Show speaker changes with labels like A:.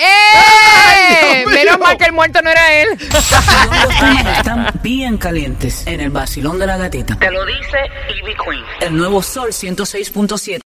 A: Ay, Dios
B: Menos
A: mío.
B: mal que el muerto no era él.
C: Los temas están bien calientes en el vacilón de la gatita. Te lo dice Ivy Queen. El nuevo Sol 106.7.